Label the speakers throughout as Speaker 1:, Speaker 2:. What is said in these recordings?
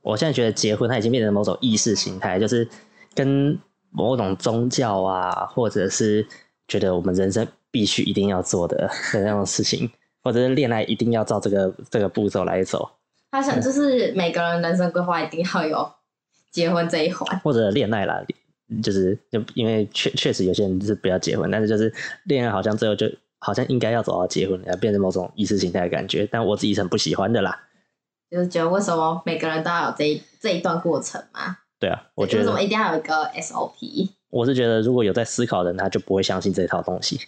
Speaker 1: 我现在觉得结婚它已经变成某种意识形态，就是跟某种宗教啊，或者是觉得我们人生必须一定要做的的那种事情，或者是恋爱一定要照这个这个步骤来走，
Speaker 2: 他想
Speaker 1: 嗯
Speaker 2: 就是每个人人生规划一定要有结婚这一环，
Speaker 1: 或者恋爱啦，就是就因为确确实有些人就是不要结婚，但是就是恋爱好像最后就好像应该要走到结婚，要变成某种意识形态的感觉，但我自己是很不喜欢的啦。
Speaker 2: 就是觉得为什么每个人都要有这一这一段过程嘛？
Speaker 1: 对啊，我觉
Speaker 2: 为什
Speaker 1: 得
Speaker 2: 么一定要有一个 SOP？
Speaker 1: 我是觉得，如果有在思考的人，他就不会相信这套东西。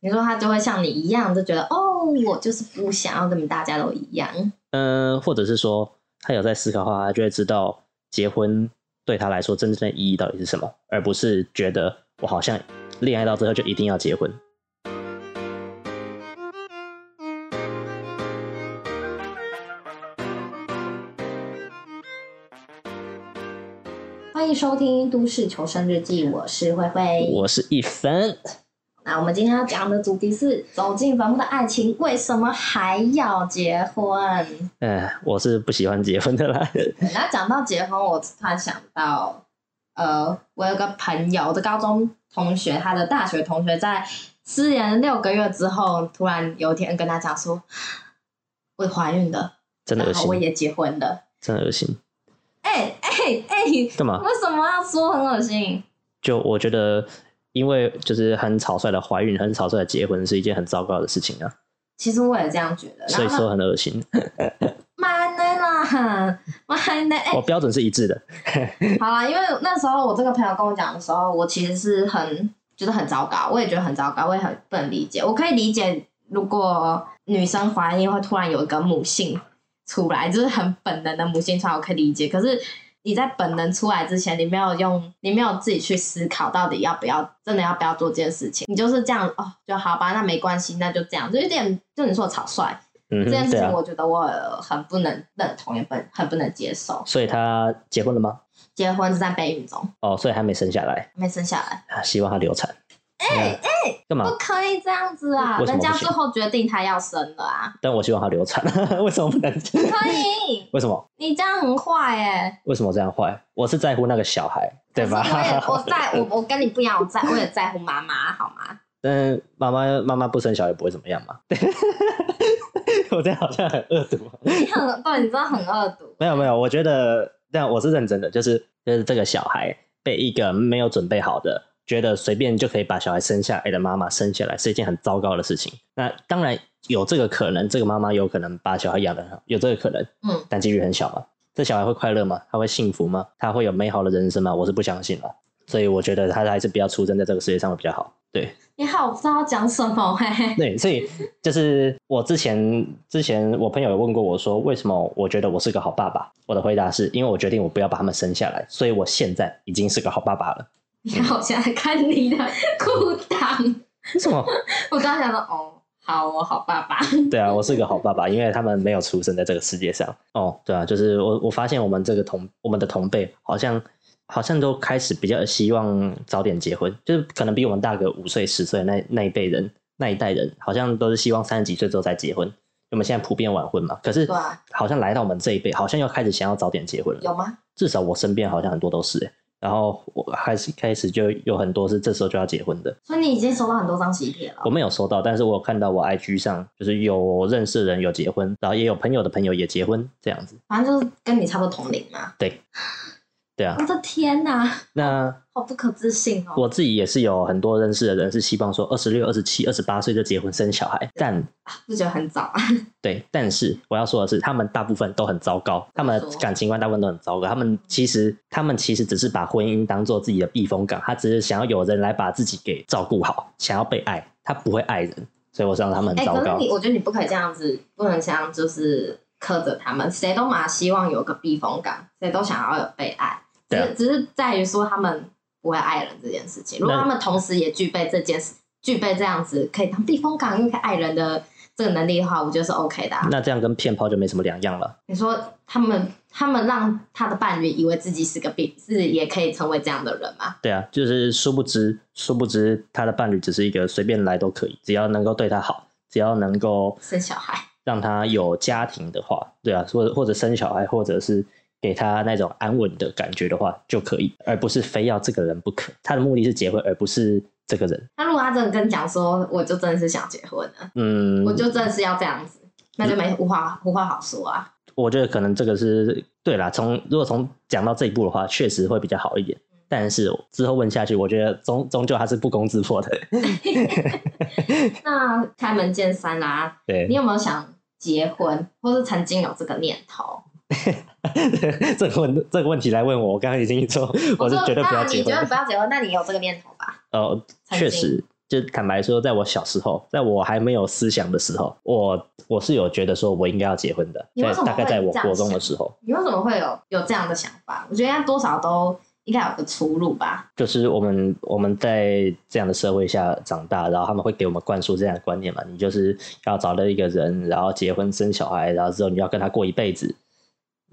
Speaker 2: 你说他就会像你一样，就觉得哦，我就是不想要跟大家都一样。
Speaker 1: 嗯，或者是说他有在思考的话，他就会知道结婚对他来说真正的意义到底是什么，而不是觉得我好像恋爱到最后就一定要结婚。
Speaker 2: 欢迎收听《都市求生日记》，我是慧慧。
Speaker 1: 我是一分，
Speaker 2: 那我们今天要讲的主题是走进坟墓的爱情，为什么还要结婚？
Speaker 1: 嗯，我是不喜欢结婚的啦。
Speaker 2: 对那讲到结婚，我突然想到，呃，我有个朋友，我的高中同学，他的大学同学，在失联六个月之后，突然有一天跟他讲说，我怀孕了，
Speaker 1: 真的恶
Speaker 2: 然后我
Speaker 1: 心，
Speaker 2: 也结婚了。
Speaker 1: 真的恶心。
Speaker 2: 哎哎哎，
Speaker 1: 干嘛？
Speaker 2: 为什么要说很恶心？
Speaker 1: 就我觉得，因为就是很草率的怀孕，很草率的结婚是一件很糟糕的事情啊，
Speaker 2: 其实我也这样觉得。
Speaker 1: 所以
Speaker 2: 然后
Speaker 1: 说很恶心。
Speaker 2: 妈呢啦，妈呢？哎、
Speaker 1: 我哦标准是一致的，
Speaker 2: 好啦，因为那时候我这个朋友跟我讲的时候，我其实是很觉得很糟糕，我也觉得很糟糕，我也很不能理解。我可以理解，如果女生怀孕会突然有一个母性出来，就是很本能的母性出来，我可以理解。可是你在本能出来之前，你没有用，你没有自己去思考到底要不要，真的要不要做这件事情，你就是这样哦，就好吧，那没关系，那就这样，就有点就你说的草率
Speaker 1: 嗯
Speaker 2: 这件
Speaker 1: 哼，
Speaker 2: 事
Speaker 1: 对
Speaker 2: 情，
Speaker 1: 啊。
Speaker 2: 我觉得我很不能认同，也不很不能接受。
Speaker 1: 所以他结婚了吗？
Speaker 2: 结婚是在备孕中，
Speaker 1: 哦，所以还没生下来，
Speaker 2: 没生下来。
Speaker 1: 啊希望他流产。哎哎，干嘛
Speaker 2: 不？可以这样子啊！
Speaker 1: 为什么
Speaker 2: 人
Speaker 1: 不行
Speaker 2: 家最后决定他要生了 啊！
Speaker 1: 但我希望他流产，为什么不能？
Speaker 2: 可以，
Speaker 1: 为什么？
Speaker 2: 你这样很坏哎、
Speaker 1: 为什么这样坏？我是在乎那个小孩，对吧
Speaker 2: 可？是我 也我在我我跟你不一样，我在我也在乎妈妈，好吗？
Speaker 1: 但妈妈妈妈不生小孩不会怎么样嘛？ 我这样好像很恶毒。啊
Speaker 2: 你很对，你真的很恶毒。
Speaker 1: 没有没有，我觉得这样我是认真的，就是就是这个小孩被一个没有准备好的，觉得随便就可以把小孩生下来的妈妈生下来是一件很糟糕的事情。那当然有这个可能，这个妈妈有可能把小孩养得很好，有这个可能，
Speaker 2: 嗯，
Speaker 1: 但几率很小嘛。这小孩会快乐吗？他会幸福吗？他会有美好的人生吗？我是不相信了。所以我觉得他还是不要出生在这个世界上会比较好。对，
Speaker 2: 你好，我不知道要讲什么哎、
Speaker 1: 对，所以就是我之前之前我朋友有问过我说，为什么我觉得我是个好爸爸？我的回答是因为我决定我不要把他们生下来，所以我现在已经是个好爸爸了。
Speaker 2: 你好，我现在看你的裤裆，
Speaker 1: 为什么？
Speaker 2: 我刚刚想说，哦，好，我好爸爸。
Speaker 1: 对啊，我是个好爸爸，因为他们没有出生在这个世界上。哦，对啊，就是我我发现我们这个同我们的同辈好像好像都开始比较希望早点结婚，就是可能比我们大个五岁十岁的那那一辈人那一代人，好像都是希望三十几岁之后再结婚。我们现在普遍晚婚嘛，可是
Speaker 2: 对啊
Speaker 1: 好像来到我们这一辈，好像又开始想要早点结婚了。
Speaker 2: 有吗？
Speaker 1: 至少我身边好像很多都是、欸，然后我开始开始就有很多是这时候就要结婚的。
Speaker 2: 所以你已经收到很多张喜帖了
Speaker 1: 我。没有收到，但是我有看到我 IG 上就是有认识人有结婚，然后也有朋友的朋友也结婚这样子。
Speaker 2: 反正就是跟你差不多同龄嘛。
Speaker 1: 对啊
Speaker 2: 我，的天哪、
Speaker 1: 那
Speaker 2: 好不可置信哦！
Speaker 1: 我自己也是有很多认识的人是希望说二十六、二十七、二十八岁就结婚生小孩，但
Speaker 2: 不觉得很早啊？
Speaker 1: 对，但是我要说的是，他们大部分都很糟糕，他们的感情观大部分都很糟糕。他们其实，他们其实只是把婚姻当做自己的避风港，他只是想要有人来把自己给照顾好，想要被爱，他不会爱人，所以我知道他们很
Speaker 2: 哎、
Speaker 1: 糟
Speaker 2: 可是
Speaker 1: 糕。
Speaker 2: 你，我觉得你不可以这样子，不能这样，就是苛责他们。谁都嘛希望有个避风港，谁都想要有被爱，只
Speaker 1: 对啊
Speaker 2: 是只是在于说他们不会爱人这件事情。如果
Speaker 1: 那
Speaker 2: 他们同时也具备这件事，具备这样子可以当避风港又可以爱人的这个能力的话，我觉得是 OK 的、啊。
Speaker 1: 那这样跟骗炮就没什么两样了。
Speaker 2: 你说他们，他们让他的伴侣以为自己是个避，是也可以成为这样的人嘛？
Speaker 1: 对啊，就是殊不知，殊不知他的伴侣只是一个随便来都可以，只要能够对他好，只要能够
Speaker 2: 生小孩，
Speaker 1: 让他有家庭的话，对啊，或者或者生小孩，或者是给他那种安稳的感觉的话就可以，而不是非要这个人不可。他的目的是结婚，而不是这个人。
Speaker 2: 那如果他真的跟你讲说，我就真的是想结婚了，
Speaker 1: 嗯，
Speaker 2: 我就真的是要这样子，那就没无话无话好说啊。
Speaker 1: 我觉得可能这个是对啦。从如果从讲到这一步的话，确实会比较好一点。但是之后问下去，我觉得终终究还是不攻自破的。
Speaker 2: 那开门见山啦，
Speaker 1: 对
Speaker 2: 你，有没有想结婚，或是曾经有这个念头？
Speaker 1: 这个问这个问题来问我，我刚刚已经说我是
Speaker 2: 说
Speaker 1: 绝对不要
Speaker 2: 那
Speaker 1: 结
Speaker 2: 你
Speaker 1: 婚
Speaker 2: 绝。对不要结婚，那你有这个念头吧？
Speaker 1: 呃，
Speaker 2: 曾
Speaker 1: 确
Speaker 2: 经
Speaker 1: 实，就坦白说，在我小时候，在我还没有思想的时候，我我是有觉得说我应该要结婚的，
Speaker 2: 你为
Speaker 1: 在
Speaker 2: 什么
Speaker 1: 大概
Speaker 2: 会
Speaker 1: 在我
Speaker 2: 这样
Speaker 1: 国中的
Speaker 2: 想
Speaker 1: 时候，
Speaker 2: 你为什么会有有这样的想法？我觉得应该多少都应该有个出路吧。
Speaker 1: 就是我们我们在这样的社会下长大，然后他们会给我们灌输这样的观念嘛，你就是要找到一个人，然后结婚生小孩，然后之后你要跟他过一辈子。嗯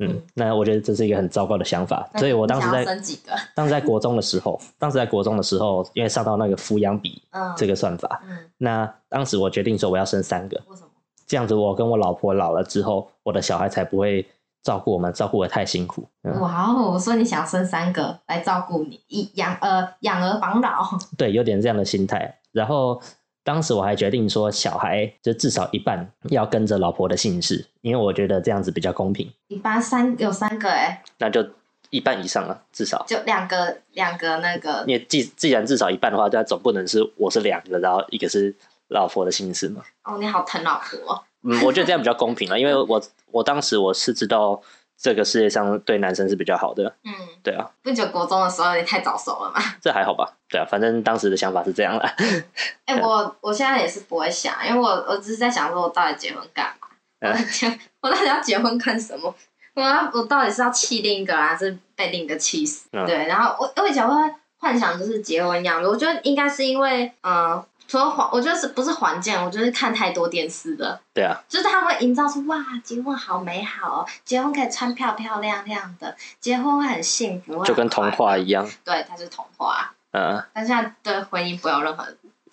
Speaker 2: 嗯，
Speaker 1: 那我觉得这是一个很糟糕的想法，所以我当时
Speaker 2: 你想
Speaker 1: 在
Speaker 2: 要生几个？
Speaker 1: 当时在国中的时候，当时在国中的时候，因为上到那个抚养比
Speaker 2: 嗯，
Speaker 1: 这个算法，
Speaker 2: 嗯，
Speaker 1: 那当时我决定说我要生三个，
Speaker 2: 为什么？
Speaker 1: 这样子我跟我老婆老了之后，我的小孩才不会照顾我们，照顾的太辛苦。嗯，
Speaker 2: 哇哦！我说你想生三个来照顾你，一养呃养儿防老，
Speaker 1: 对，有点这样的心态。然后当时我还决定说，小孩就至少一半要跟着老婆的姓氏，因为我觉得这样子比较公平，
Speaker 2: 一般三有三个哎、
Speaker 1: 那就一半以上了，至少。
Speaker 2: 就两个两个那个
Speaker 1: 因为既既然至少一半的话，那总不能是我是两个，然后一个是老婆的姓氏嘛。
Speaker 2: 哦，你好疼老婆哦，
Speaker 1: 嗯，我觉得这样比较公平了，因为我我当时我是知道这个世界上对男生是比较好的，
Speaker 2: 嗯，
Speaker 1: 对啊，
Speaker 2: 不久国中的时候也太早熟了嘛。
Speaker 1: 这还好吧？对啊，反正当时的想法是这样啦。
Speaker 2: 哎、我我现在也是不会想，因为我我只是在想说，我到底结婚干嘛？
Speaker 1: 嗯
Speaker 2: 我在 结我到底要结婚干什么？我要我到底是要气另一个人，还是被另一个气死？
Speaker 1: 嗯
Speaker 2: 对，然后我我以前会幻想就是结婚样子，我觉得应该是因为嗯，除了环，我觉得是不是环境，我就是看太多电视了。
Speaker 1: 对啊，
Speaker 2: 就是他会营造出哇，结婚好美好哦，结婚可以穿漂漂亮亮的，结婚会很幸福，会
Speaker 1: 就跟
Speaker 2: 很快
Speaker 1: 童
Speaker 2: 乐
Speaker 1: 话一样，
Speaker 2: 对，它是童话，
Speaker 1: 嗯，
Speaker 2: 但现在对婚姻不有任何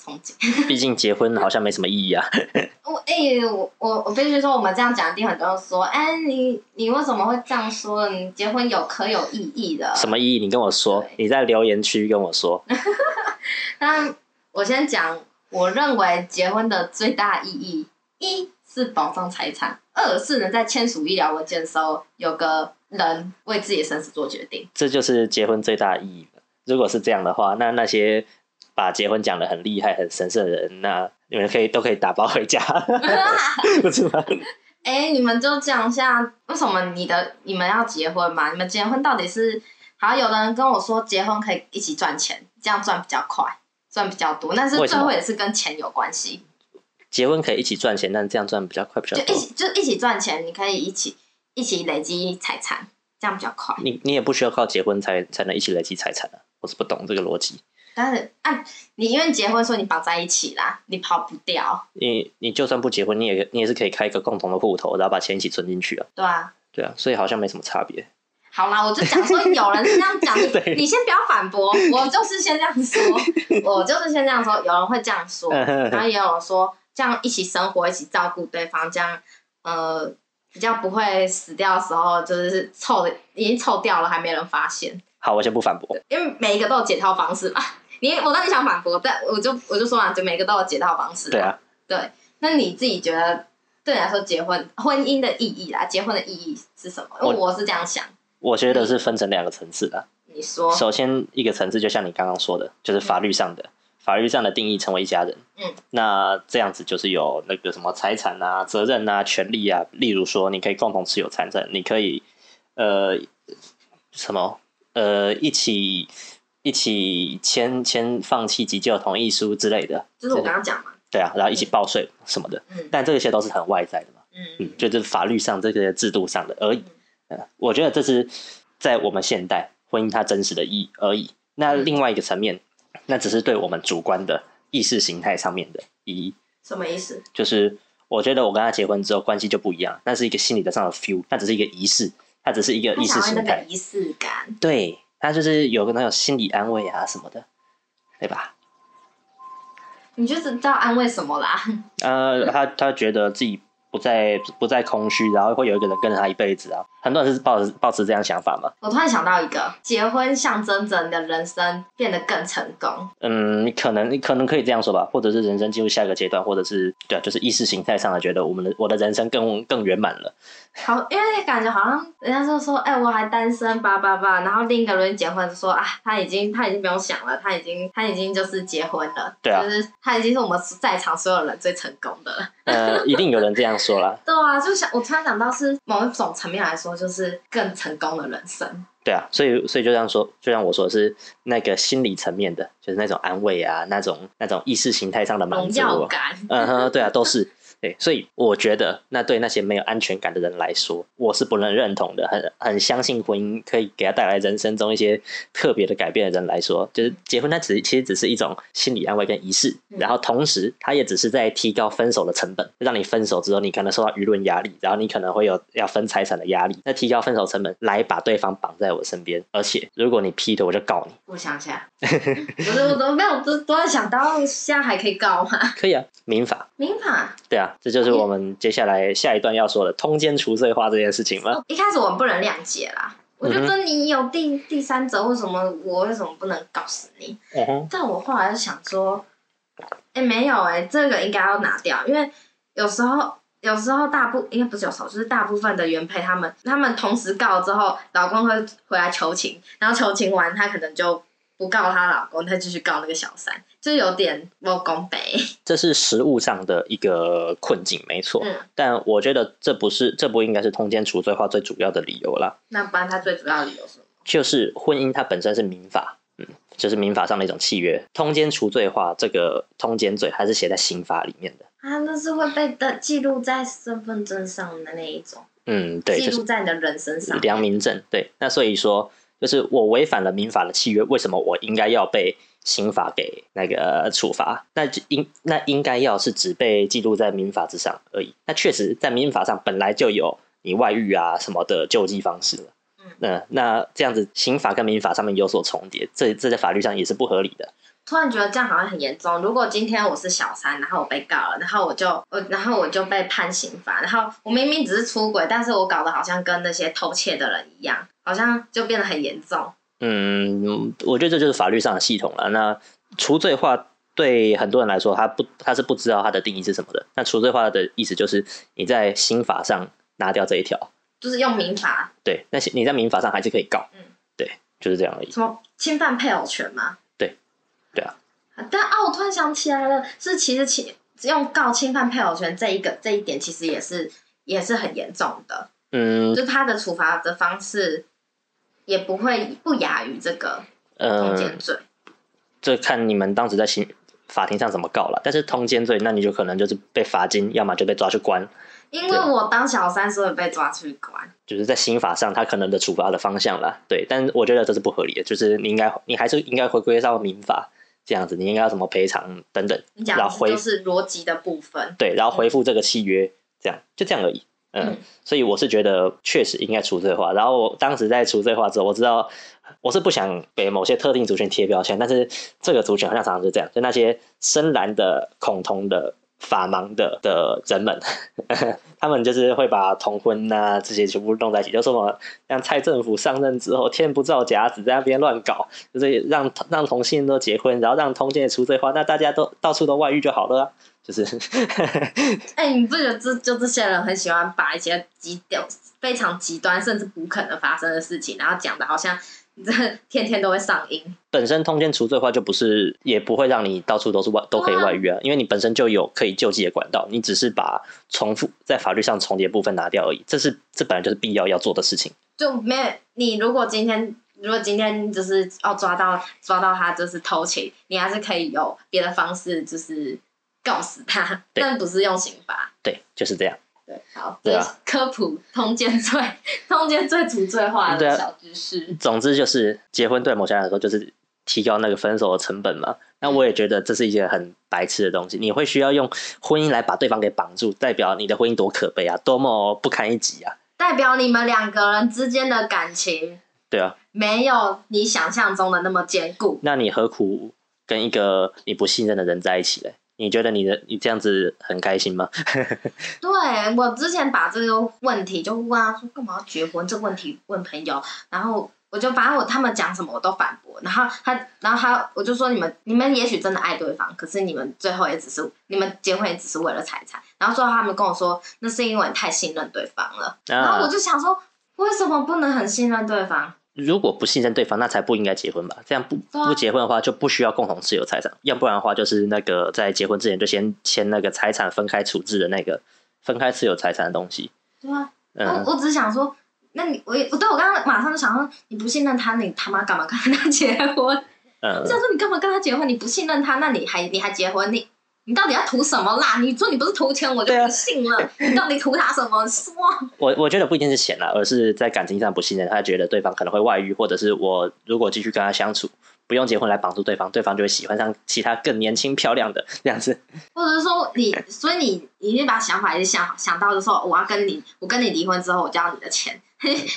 Speaker 2: 憧憬。
Speaker 1: 毕竟结婚好像没什么意义啊。
Speaker 2: 我哎、我我我必须说，我们这样讲，一定很多人说，哎、你你为什么会这样说？你结婚有可有意义的？
Speaker 1: 什？么意义？你跟我说
Speaker 2: 对，
Speaker 1: 你在留言区跟我说。
Speaker 2: 但我先讲，我认为结婚的最大意义，一是保障财产，二是能在签署医疗文件的时候，有个人为自己的生死做决定。
Speaker 1: 这就是结婚最大的意义。如果是这样的话，那那些把结婚讲的很厉害、很神圣的人，那你们可以都可以打包回家， 不是吗？
Speaker 2: 哎、你们就讲一下，为什么你的你们要结婚嘛？你们结婚到底是？好，有的人跟我说，结婚可以一起赚钱，这样赚比较快，赚比较多，但是
Speaker 1: 为什
Speaker 2: 最
Speaker 1: 么
Speaker 2: 后也是跟钱有关系。
Speaker 1: 结婚可以一起赚钱，但这样赚比较快，比较
Speaker 2: 就
Speaker 1: 多
Speaker 2: 一。起就一起赚钱，你可以一起一起累积财产，这样比较快。
Speaker 1: 你你也不需要靠结婚才才能一起累积财产啊！我是不懂这个逻辑。
Speaker 2: 但是啊，你因为结婚，所以你绑在一起啦，你跑不掉，
Speaker 1: 你你就算不结婚，你也你也是可以开一个共同的户头，然后把钱一起存进去啊。
Speaker 2: 对啊。
Speaker 1: 对啊，所以好像没什么差别。
Speaker 2: 好啦，我就讲说有人是这样讲，
Speaker 1: 对
Speaker 2: 你你先不要反驳，我就是先这样说，我就是先这样说，有人会这样说，
Speaker 1: 嗯
Speaker 2: 然后也有人说这样一起生活，一起照顾对方，这样呃比较不会死掉的时候，就是臭的已经臭掉了，还没人发现。
Speaker 1: 好，我先不反驳。
Speaker 2: 因为每一个都有解套方式嘛。 你我当你想反驳，但我就我就说嘛，就每个都有解套方式。
Speaker 1: 对，啊，
Speaker 2: 对。那你自己觉得对你来说，结婚婚姻的意义啦，结婚的意义是什么？因为我是这样想，
Speaker 1: 我觉得是分成两个层次的。
Speaker 2: 你说，
Speaker 1: 首先，一个层次就像你刚刚说的，就是法律上的，法律上的定义成为一家人。
Speaker 2: 嗯，
Speaker 1: 那这样子就是有那个什么财产啊、责任啊、权利啊，例如说，你可以共同持有财产，你可以呃什么呃一起一起签签放弃急救同意书之类的。
Speaker 2: 就是我刚刚讲嘛，
Speaker 1: 对啊，然后一起报税什么的，
Speaker 2: 嗯
Speaker 1: 但这些都是很外在的嘛，嗯
Speaker 2: 嗯，
Speaker 1: 就是法律上这些制度上的而已
Speaker 2: 嗯。
Speaker 1: 呃，我觉得这是在我们现代婚姻它真实的意义而已。那
Speaker 2: 嗯
Speaker 1: 另外一个层面，那只是对我们主观的意识形态上面的意义，
Speaker 2: 什么意思？
Speaker 1: 就是我觉得我跟他结婚之后关系就不一样，那是一个心理的上的 feel，那只是一个仪式，它只是一个
Speaker 2: 他
Speaker 1: 意识
Speaker 2: 想要
Speaker 1: 形
Speaker 2: 那个
Speaker 1: 态，
Speaker 2: 仪式感，
Speaker 1: 对，它就是有个那种心理安慰啊什么的，对吧？
Speaker 2: 你就知道安慰什么啦。
Speaker 1: 呃，他他觉得自己不再不再空虚，然后会有一个人跟着他一辈子啊。很多人是抱着抱持这样想法嘛。
Speaker 2: 我突然想到一个，结婚象征着你的人生变得更成功。
Speaker 1: 嗯，可能可能可以这样说吧，或者是人生进入下一个阶段，或者是对、啊，就是意识形态上的觉得我们的我的人生更更圆满了。
Speaker 2: 好，因为感觉好像人家就说，哎、我还单身吧吧吧，然后另一个人结婚就说啊，他已经他已经不用想了，他已经他已经就是结婚了，
Speaker 1: 对啊
Speaker 2: 就是他已经是我们在场所有人最成功的了。
Speaker 1: 呃，一定有人这样说啦。
Speaker 2: 对啊，就想我突然想到是某一种层面来说，就是更成功的人生。
Speaker 1: 对啊，所以所以就像说，就像我说的是那个心理层面的，就是那种安慰啊，那种那种意识形态上的满
Speaker 2: 荣
Speaker 1: 足、
Speaker 2: 耀
Speaker 1: 啊。
Speaker 2: 感，
Speaker 1: 嗯哼，对啊，都是。对，所以我觉得，那对那些没有安全感的人来说，我是不能认同的。很很相信婚姻可以给他带来人生中一些特别的改变的人来说，就是结婚，它只其实只是一种心理安慰跟仪式，
Speaker 2: 嗯
Speaker 1: 然后同时，它也只是在提高分手的成本，让你分手之后，你可能受到舆论压力，然后你可能会有要分财产的压力，那提高分手成本来把对方绑在我身边，而且如果你劈腿，我就告你。
Speaker 2: 我想 起来，我都我都没有，都都在想到现在还可以告吗？
Speaker 1: 可以啊，民法。
Speaker 2: 民法，
Speaker 1: 对啊，这
Speaker 2: 哎
Speaker 1: 就是我们接下来下一段要说的通奸除罪化这件事情嘛。
Speaker 2: 哦一开始我们不能谅解啦。我觉
Speaker 1: 嗯
Speaker 2: 得你有第第三者，为什么我为什么不能告死你？
Speaker 1: 嗯哼，
Speaker 2: 但我后来就想说，哎、没有哎、这个应该要拿掉，因为有时候有时候大部应该不是有时候，就是大部分的原配他们他们同时告之后，老公会回来求情，然后求情完，她可能就不告她老公，她继续告那个小三，就有点我公北。
Speaker 1: 这是实物上的一个困境，没错。
Speaker 2: 嗯
Speaker 1: 但我觉得这不是，这不应该是通奸除罪化最主要的理由啦，
Speaker 2: 那不然他最主要的理由是什么？
Speaker 1: 就是婚姻它本身是民法，嗯，就是民法上的一种契约。通奸除罪化这个通奸罪，它是写在刑法里面的。
Speaker 2: 啊，那是会被的记录在身份证上的那一种，
Speaker 1: 嗯，对，
Speaker 2: 记
Speaker 1: 就是
Speaker 2: 录在你的人身上。
Speaker 1: 良民证。对，那所以说，就是我违反了民法的契约，为什么我应该要被刑法给那个处罚？那就应那应该要是只被记录在民法之上而已。那确实，在民法上本来就有你外遇啊什么的救济方式了。
Speaker 2: 嗯
Speaker 1: 那那这样子，刑法跟民法上面有所重叠，这这在法律上也是不合理的。
Speaker 2: 突然觉得这样好像很严重。如果今天我是小三，然后我被告了，然后我就我然后我就被判刑罚，然后我明明只是出轨，但是我搞得好像跟那些偷窃的人一样，好像就变得很严重。
Speaker 1: 嗯，我觉得这就是法律上的系统了。那除罪化对很多人来说，他不他是不知道它的定义是什么的。那除罪化的意思就是你在刑法上拿掉这一条，
Speaker 2: 就是用民法
Speaker 1: 对，那些你在民法上还是可以告，
Speaker 2: 嗯
Speaker 1: 对，就是这样而已。
Speaker 2: 什么侵犯配偶权吗？
Speaker 1: 对，对啊。
Speaker 2: 但啊，我突然想起来了，是其实侵用告侵犯配偶权这一个这一点，其实也是也是很严重的，
Speaker 1: 嗯
Speaker 2: 就是他的处罚的方式也不会不亚于这个通
Speaker 1: 呃，
Speaker 2: 奸罪。
Speaker 1: 这看你们当时在刑法庭上怎么告了。但是通奸罪，那你就可能就是被罚金，要么就被抓去关。
Speaker 2: 因为我当小三，所以被抓去关。
Speaker 1: 就是在刑法上，他可能的处罚的方向啦，对，但我觉得这是不合理的，就是你应该，你还是应该回归到民法这样子，你应该要什么赔偿等等，
Speaker 2: 你讲
Speaker 1: 然
Speaker 2: 的
Speaker 1: 后恢
Speaker 2: 是就是逻辑的部分，
Speaker 1: 对，然后恢复这个契约，这样就这样而已。嗯
Speaker 2: 嗯，
Speaker 1: 所以我是觉得确实应该除罪化。然后我当时在除罪化之后，我知道我是不想给某些特定族群贴标签，但是这个族群好像常常是这样，就那些深蓝的、恐同的、法盲的的人们， 他们就是会把同婚啊这些全部弄在一起，就说什么像蔡政府上任之后天不造假子，在那边乱搞，就是让让同性都结婚，然后让同性也除罪化，那大家都到处都外遇就好了、啊，就是。
Speaker 2: 哎、你不觉得这就这些人很喜欢把一些极端、非常极端，甚至不可能发生的事情，然后讲的好像你这天天都会上映。
Speaker 1: 本身通奸除罪化就不是，也不会让你到处都是外都可以外遇啊，因为你本身就有可以救济的管道，你只是把重复在法律上重叠部分拿掉而已，这是这本来就是必要要做的事情。
Speaker 2: 就没有你，如果今天如果今天就是要抓到抓到他就是偷情，你还是可以有别的方式，就是告死他，
Speaker 1: 对
Speaker 2: 但不是用刑罚。
Speaker 1: 对，就是这样。
Speaker 2: 对，好，
Speaker 1: 对啊
Speaker 2: 这是科普通奸罪、 通奸罪除罪化
Speaker 1: 对啊
Speaker 2: 的小知识。
Speaker 1: 总之就是结婚对某些人来说就是提高那个分手的成本嘛。那我也觉得这是一件很白痴的东西，你会需要用婚姻来把对方给绑住，代表你的婚姻多可悲啊，多么不堪一击啊，
Speaker 2: 代表你们两个人之间的感情
Speaker 1: 对啊，
Speaker 2: 没有你想象中的那么坚固。
Speaker 1: 那你何苦跟一个你不信任的人在一起嘞？你觉得你的你这样子很开心吗？
Speaker 2: 对我之前把这个问题就问他说干嘛要结婚这个问题问朋友，然后我就反正我他们讲什么我都反驳，然后他然后他我就说你们你们也许真的爱对方，可是你们最后也只是你们结婚也只是为了财产，然后最后他们跟我说那是因为你太信任对方了，然后我
Speaker 1: 那
Speaker 2: 就想说为什么不能很信任对方？
Speaker 1: 如果不信任对方，那才不应该结婚吧？这样不
Speaker 2: 对啊
Speaker 1: 不结婚的话，就不需要共同持有财产，要不然的话，就是那个在结婚之前就先签那个财产分开处置的那个分开持有财产的东西。
Speaker 2: 对啊，
Speaker 1: 嗯，
Speaker 2: 我我只想说。那你我也我对我刚刚马上就想说，你不信任他，你他妈干嘛跟他结婚？
Speaker 1: 嗯
Speaker 2: 我，想说你干嘛跟他结婚？你不信任他，那你还你还结婚？你你到底要图什么啦？你说你不是图钱，我就
Speaker 1: 对啊
Speaker 2: 不信了。你到底图他什么？说
Speaker 1: 我我觉得不一定是钱啦，而是在感情上不信任，他觉得对方可能会外遇，或者是我如果继续跟他相处，不用结婚来绑住对方，对方就会喜欢上其他更年轻漂亮的这样子。
Speaker 2: 或者是说你，所以你你一定把想法一直想想到，就说我要跟你，我跟你离婚之后，我就要你的钱，
Speaker 1: 嗯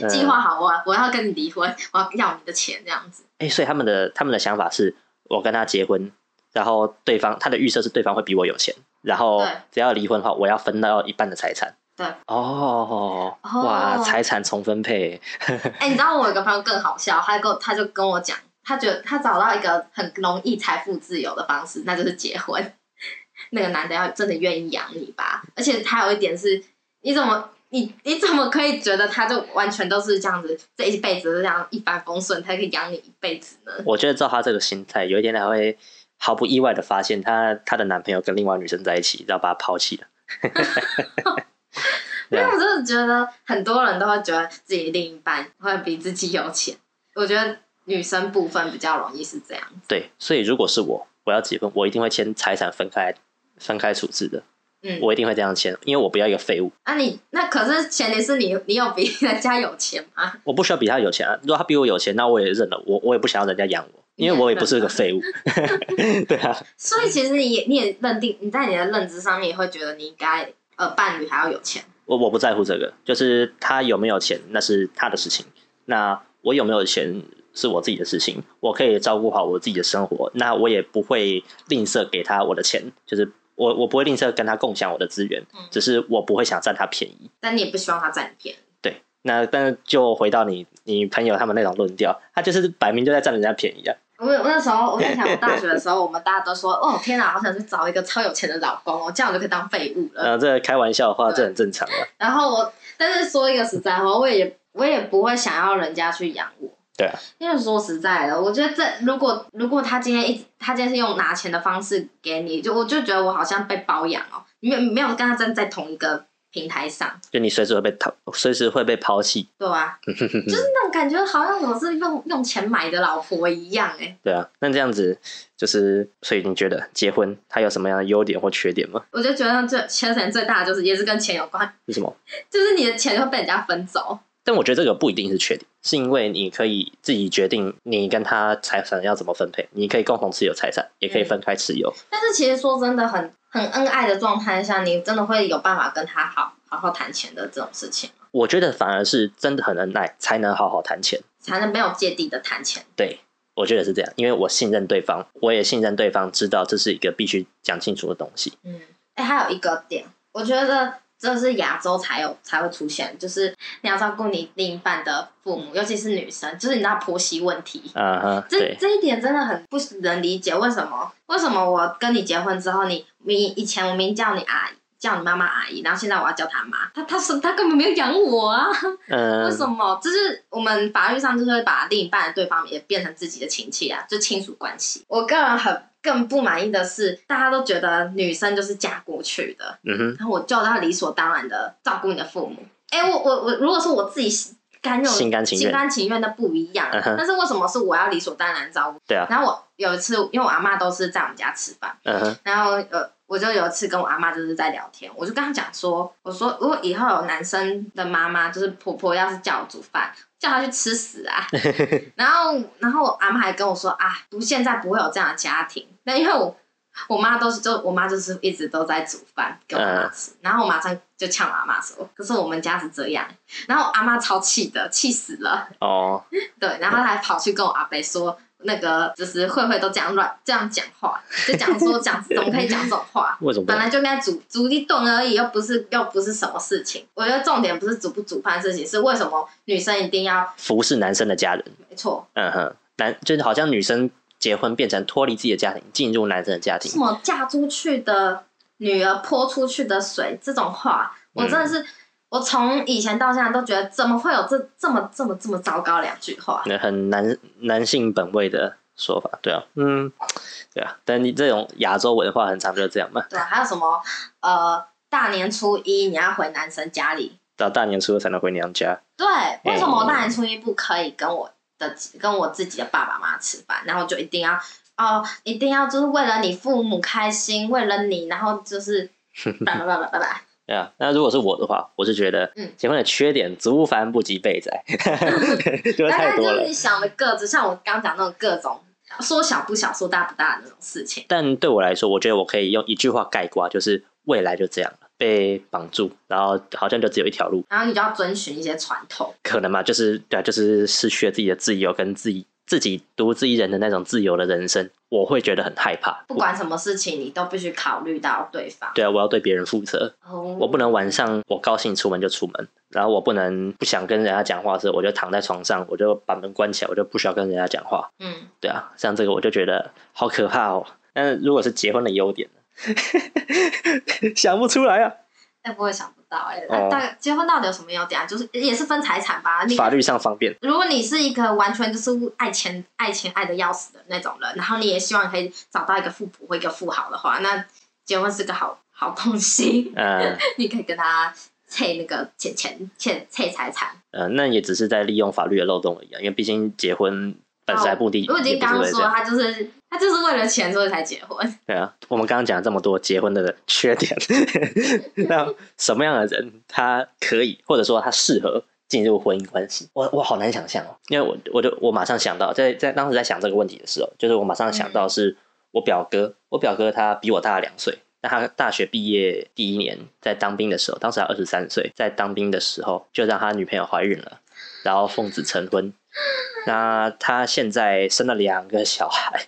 Speaker 2: 计划好我我要跟你离婚，我要要你的钱这样子。
Speaker 1: 哎、所以他们的他们的想法是我跟他结婚，然后对方他的预设是对方会比我有钱，然后
Speaker 2: 对
Speaker 1: 只要离婚的话，我要分到一半的财产。
Speaker 2: 对，
Speaker 1: 哦，
Speaker 2: 哦
Speaker 1: 哇，财产重分配，
Speaker 2: 哎、你知道我有个朋友更好笑，他跟我他就跟我讲，他觉得他找到一个很容易财富自由的方式，那就是结婚。 那个男的要真的愿意养你吧，而且他有一点是，你怎么你你怎么可以觉得他就完全都是这样子，这一辈子都这样一帆风顺，他可以养你一辈子呢？
Speaker 1: 我觉得照他这个心态，有一天他会毫不意外的发现他她的男朋友跟另外女生在一起，然后把他抛弃了。
Speaker 2: 因
Speaker 1: 对啊
Speaker 2: 为我真的觉得很多人都会觉得自己另一半会比自己有钱，我觉得女生部分比较容易是这样子。
Speaker 1: 对，所以如果是我，我要结婚，我一定会签财产分开分开处置的。
Speaker 2: 嗯
Speaker 1: 我一定会这样签，因为我不要一个废物，
Speaker 2: 那、啊你那可是前提是你你有比人家有钱吗？
Speaker 1: 我不需要比他有钱啊。如果他比我有钱，那我也认了，我我也不想要人家养我，因为我也不是个废物。对啊，
Speaker 2: 所以其实你也你也认定你在你的认知上面也会觉得你应该呃伴侣还要有钱，
Speaker 1: 我我不在乎这个，就是他有没有钱那是他的事情，那我有没有钱是我自己的事情，我可以照顾好我自己的生活，那我也不会吝啬给他我的钱，就是我我不会吝啬跟他共享我的资源
Speaker 2: 嗯，
Speaker 1: 只是我不会想占他便宜。
Speaker 2: 但你也不希望他占你便宜。
Speaker 1: 对，那但是就回到你你朋友他们那种论调，他就是摆明就在占人家便宜啊。
Speaker 2: 我我那时候我在 想，我大学的时候，我们大家都说，哦天哪，好想去找一个超有钱的老公哦，这样我就可以当废物了。
Speaker 1: 呃，这开玩笑的话，
Speaker 2: 对
Speaker 1: 这很正常啊。
Speaker 2: 然后我，但是说一个实在话，我也我也不会想要人家去养我，
Speaker 1: 对啊，
Speaker 2: 因为说实在的，我觉得这如果如果他今天一直他今天是用拿钱的方式给你，就我就觉得我好像被包养哦，没有没有跟他站在同一个平台上，
Speaker 1: 就你随时会被抛，随时会被抛弃。
Speaker 2: 对吧、就是那种感觉，好像我是用用钱买的老婆一样、哎，
Speaker 1: 对啊，那这样子就是，所以你觉得结婚它有什么样的优点或缺点吗？
Speaker 2: 我就觉得最缺钱最大的就是也是跟钱有关，
Speaker 1: 是什么？
Speaker 2: 就是你的钱会被人家分走。
Speaker 1: 但我觉得这个不一定是缺点，是因为你可以自己决定你跟他财产要怎么分配，你可以共同持有财产，也可以分开持有。
Speaker 2: 但是其实说真的很，很恩爱的状态下，你真的会有办法跟他好好好谈钱的这种事情，
Speaker 1: 我觉得反而是真的很恩爱，才能好好谈钱。
Speaker 2: 才能没有芥蒂的谈钱。
Speaker 1: 对，我觉得是这样，因为我信任对方，我也信任对方，知道这是一个必须讲清楚的东西。
Speaker 2: 嗯，哎、还有一个点，我觉得这是亚洲才有才会出现，就是你要照顾你另一半的父母，尤其是女生，就是你知道婆媳问题。
Speaker 1: 啊哈，
Speaker 2: 这
Speaker 1: 对，
Speaker 2: 这一点真的很不能理解，为什么？为什么我跟你结婚之后，你明以前我明叫你阿姨，叫你妈妈阿姨，然后现在我要叫她妈，她她是她根本没有养我啊。
Speaker 1: 嗯、
Speaker 2: 为什么？就是我们法律上就是会把另一半的对方也变成自己的亲戚啊，就亲属关系。我个人很更不满意的是，大家都觉得女生就是嫁过去的，
Speaker 1: 嗯哼，
Speaker 2: 然后我就要理所当然的照顾你的父母。哎、我我我，如果说我自己干那种
Speaker 1: 心甘情愿
Speaker 2: 心甘情愿的不一样，
Speaker 1: 嗯哼
Speaker 2: 但是为什么是我要理所当然照顾？
Speaker 1: 对啊
Speaker 2: 然后我有一次，因为我阿妈都是在我们家吃饭，
Speaker 1: 嗯哼，
Speaker 2: 然后呃，我就有一次跟我阿妈就是在聊天，我就跟她讲说，我说如果以后有男生的妈妈就是婆婆，要是叫我煮饭，叫她去吃屎 啊！然后然后我阿妈还跟我说啊，不现在不会有这样的家庭，那因为我我妈都是就我妈就是一直都在煮饭给我妈
Speaker 1: 嗯
Speaker 2: 吃，然后我马上就呛我阿妈说，可是我们家是这样，然后我阿妈超气的，气死了。
Speaker 1: 哦，
Speaker 2: 对，然后他还跑去跟我阿伯说，那个就是慧慧都这样乱这样讲话，就讲说讲怎么可以讲这种话。
Speaker 1: 为什么不
Speaker 2: 本？来就应该煮煮一顿而已，又不是又不是什么事情。我觉得重点不是煮不煮饭的事情，是为什么女生一定要
Speaker 1: 服侍男生的家人，
Speaker 2: 没错
Speaker 1: 嗯哼，男就是好像女生结婚变成脱离自己的家庭，进入男生的家
Speaker 2: 什
Speaker 1: 庭，
Speaker 2: 么嫁出去的女儿泼出去的水这种话，我真的是、我从以前到现在都觉得怎么会有这这么这么这么糟糕两句话？
Speaker 1: 那很男男性本位的说法，对啊，嗯，对啊，但你这种亚洲文化很常就是这样嘛，
Speaker 2: 对啊，还有什么呃大年初一你要回男生家里？
Speaker 1: 到大年初二才能回娘家，
Speaker 2: 对，为什么我大年初一不可以跟我的跟我自己的爸爸妈妈吃饭，然后就一定要哦，一定要就是为了你父母开心，为了你，然后就是 叭叭叭叭叭叭，
Speaker 1: 对啊，那如果是我的话，我是觉得，
Speaker 2: 嗯
Speaker 1: 结婚的缺点，足繁不及备 载，就是
Speaker 2: 大概
Speaker 1: 太
Speaker 2: 就
Speaker 1: 多
Speaker 2: 是
Speaker 1: 了。
Speaker 2: 你想的各种，像我刚讲那种各种说小不小，说大不大的那种事情。
Speaker 1: 但对我来说，我觉得我可以用一句话概括，就是未来就这样了，被绑住，然后好像就只有一条路，
Speaker 2: 然后你就要遵循一些传统，
Speaker 1: 可能嘛，就是对啊，就是失去了自己的自由跟自己自己独自一人的那种自由的人生，我会觉得很害怕。
Speaker 2: 不管什么事情，你都必须考虑到对方。
Speaker 1: 对啊，我要对别人负责，
Speaker 2: 哦，
Speaker 1: 我不能晚上我高兴出门就出门，然后我不能不想跟人家讲话的时候，我就躺在床上，我就把门关起来，我就不需要跟人家讲话。
Speaker 2: 嗯，
Speaker 1: 对啊，像这个我就觉得好可怕哦。但是如果是结婚的优点呢， 想不出来啊。
Speaker 2: 但不会想不到哎、欸，
Speaker 1: 哦
Speaker 2: 那大概结婚到底有什么优点啊？就是也是分财产吧，你
Speaker 1: 法律上方便，
Speaker 2: 如果你是一个完全就是爱钱、爱钱爱的要死的那种人，然后你也希望可以找到一个富婆或一个富豪的话，那结婚是个好好东西，
Speaker 1: 嗯
Speaker 2: 你可以跟他配那个钱钱钱配财产。
Speaker 1: 呃，那也只是在利用法律的漏洞而已、啊，因为毕竟结婚本来目的
Speaker 2: 我已
Speaker 1: 也
Speaker 2: 经
Speaker 1: 不
Speaker 2: 刚
Speaker 1: 是
Speaker 2: 刚
Speaker 1: 为了这
Speaker 2: 说
Speaker 1: 样。
Speaker 2: 他就是他就是为了钱所以才结婚，
Speaker 1: 对啊，我们刚刚讲了这么多结婚的缺 点，那什么样的人他可以，或者说他适合进入婚姻关系？我我好难想象哦，因为我我就我马上想到，在在当时在想这个问题的时候，就是我马上想到是我表哥，我表哥他比我大两岁。那他大学毕业第一年，在当兵的时候，当时他二十三岁，在当兵的时候就让他女朋友怀孕了，然后奉子成婚。那他现在生了两个小孩，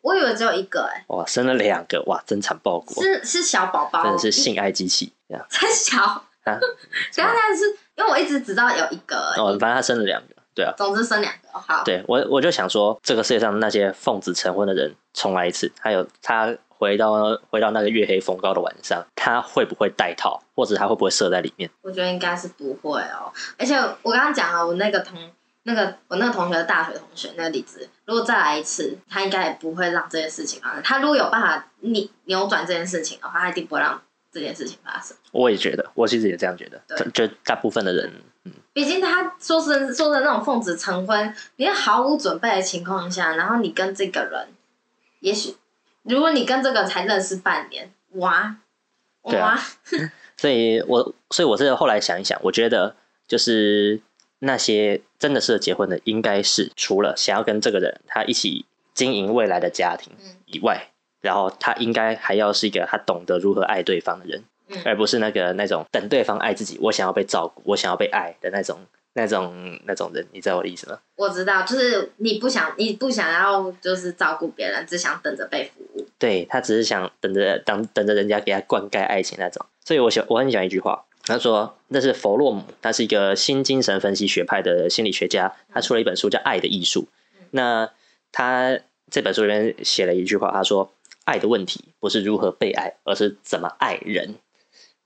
Speaker 2: 我以为只有一个哎、
Speaker 1: 哇，生了两个，哇，真惨报国，
Speaker 2: 是是小宝宝，
Speaker 1: 真的是性爱机器这样。
Speaker 2: 太小，
Speaker 1: 啊
Speaker 2: 等一下但是因为我一直知道有一个而
Speaker 1: 哦，
Speaker 2: 已，
Speaker 1: 反正他生了两个，对啊，
Speaker 2: 总之生两个哦好，
Speaker 1: 对我我就想说，这个世界上那些奉子成婚的人，重来一次，还有他回到回到那个月黑风高的晚上，他会不会带套，或者他会不会射在里面？
Speaker 2: 我觉得应该是不会哦。而且我刚刚讲了，我那个同那个我那个同学的大学同学那个例子，如果再来一次，他应该也不会让这件事情发生。他如果有办法逆扭转这件事情的话，他一定不会让这件事情发生。
Speaker 1: 我也觉得，我其实也这样觉得，
Speaker 2: 对
Speaker 1: 就就大部分的人，嗯，
Speaker 2: 毕竟他说是说的那种奉子成婚，你在毫无准备的情况下，然后你跟这个人，也许如果你跟这个人才认识半年，哇
Speaker 1: 对啊
Speaker 2: 哇，
Speaker 1: 所以我所以我是后来想一想，我觉得就是那些真的适合结婚的，应该是除了想要跟这个人他一起经营未来的家庭
Speaker 2: 嗯
Speaker 1: 以外，然后他应该还要是一个他懂得如何爱对方的人，
Speaker 2: 嗯
Speaker 1: 而不是那个那种等对方爱自己，我想要被照顾，我想要被爱的那种那种那种人，你知道我的意思吗？
Speaker 2: 我知道，就是你不想你不想要就是照顾别人，只想等着被服务。
Speaker 1: 对他只是想等着等等着人家给他灌溉爱情那种。所以我喜我很喜欢一句话，他说那是弗洛姆，他是一个新精神分析学派的心理学家，他出了一本书叫《爱的艺术》
Speaker 2: 嗯。
Speaker 1: 那他这本书里面写了一句话，他说：“爱的问题不是如何被爱，而是怎么爱人。”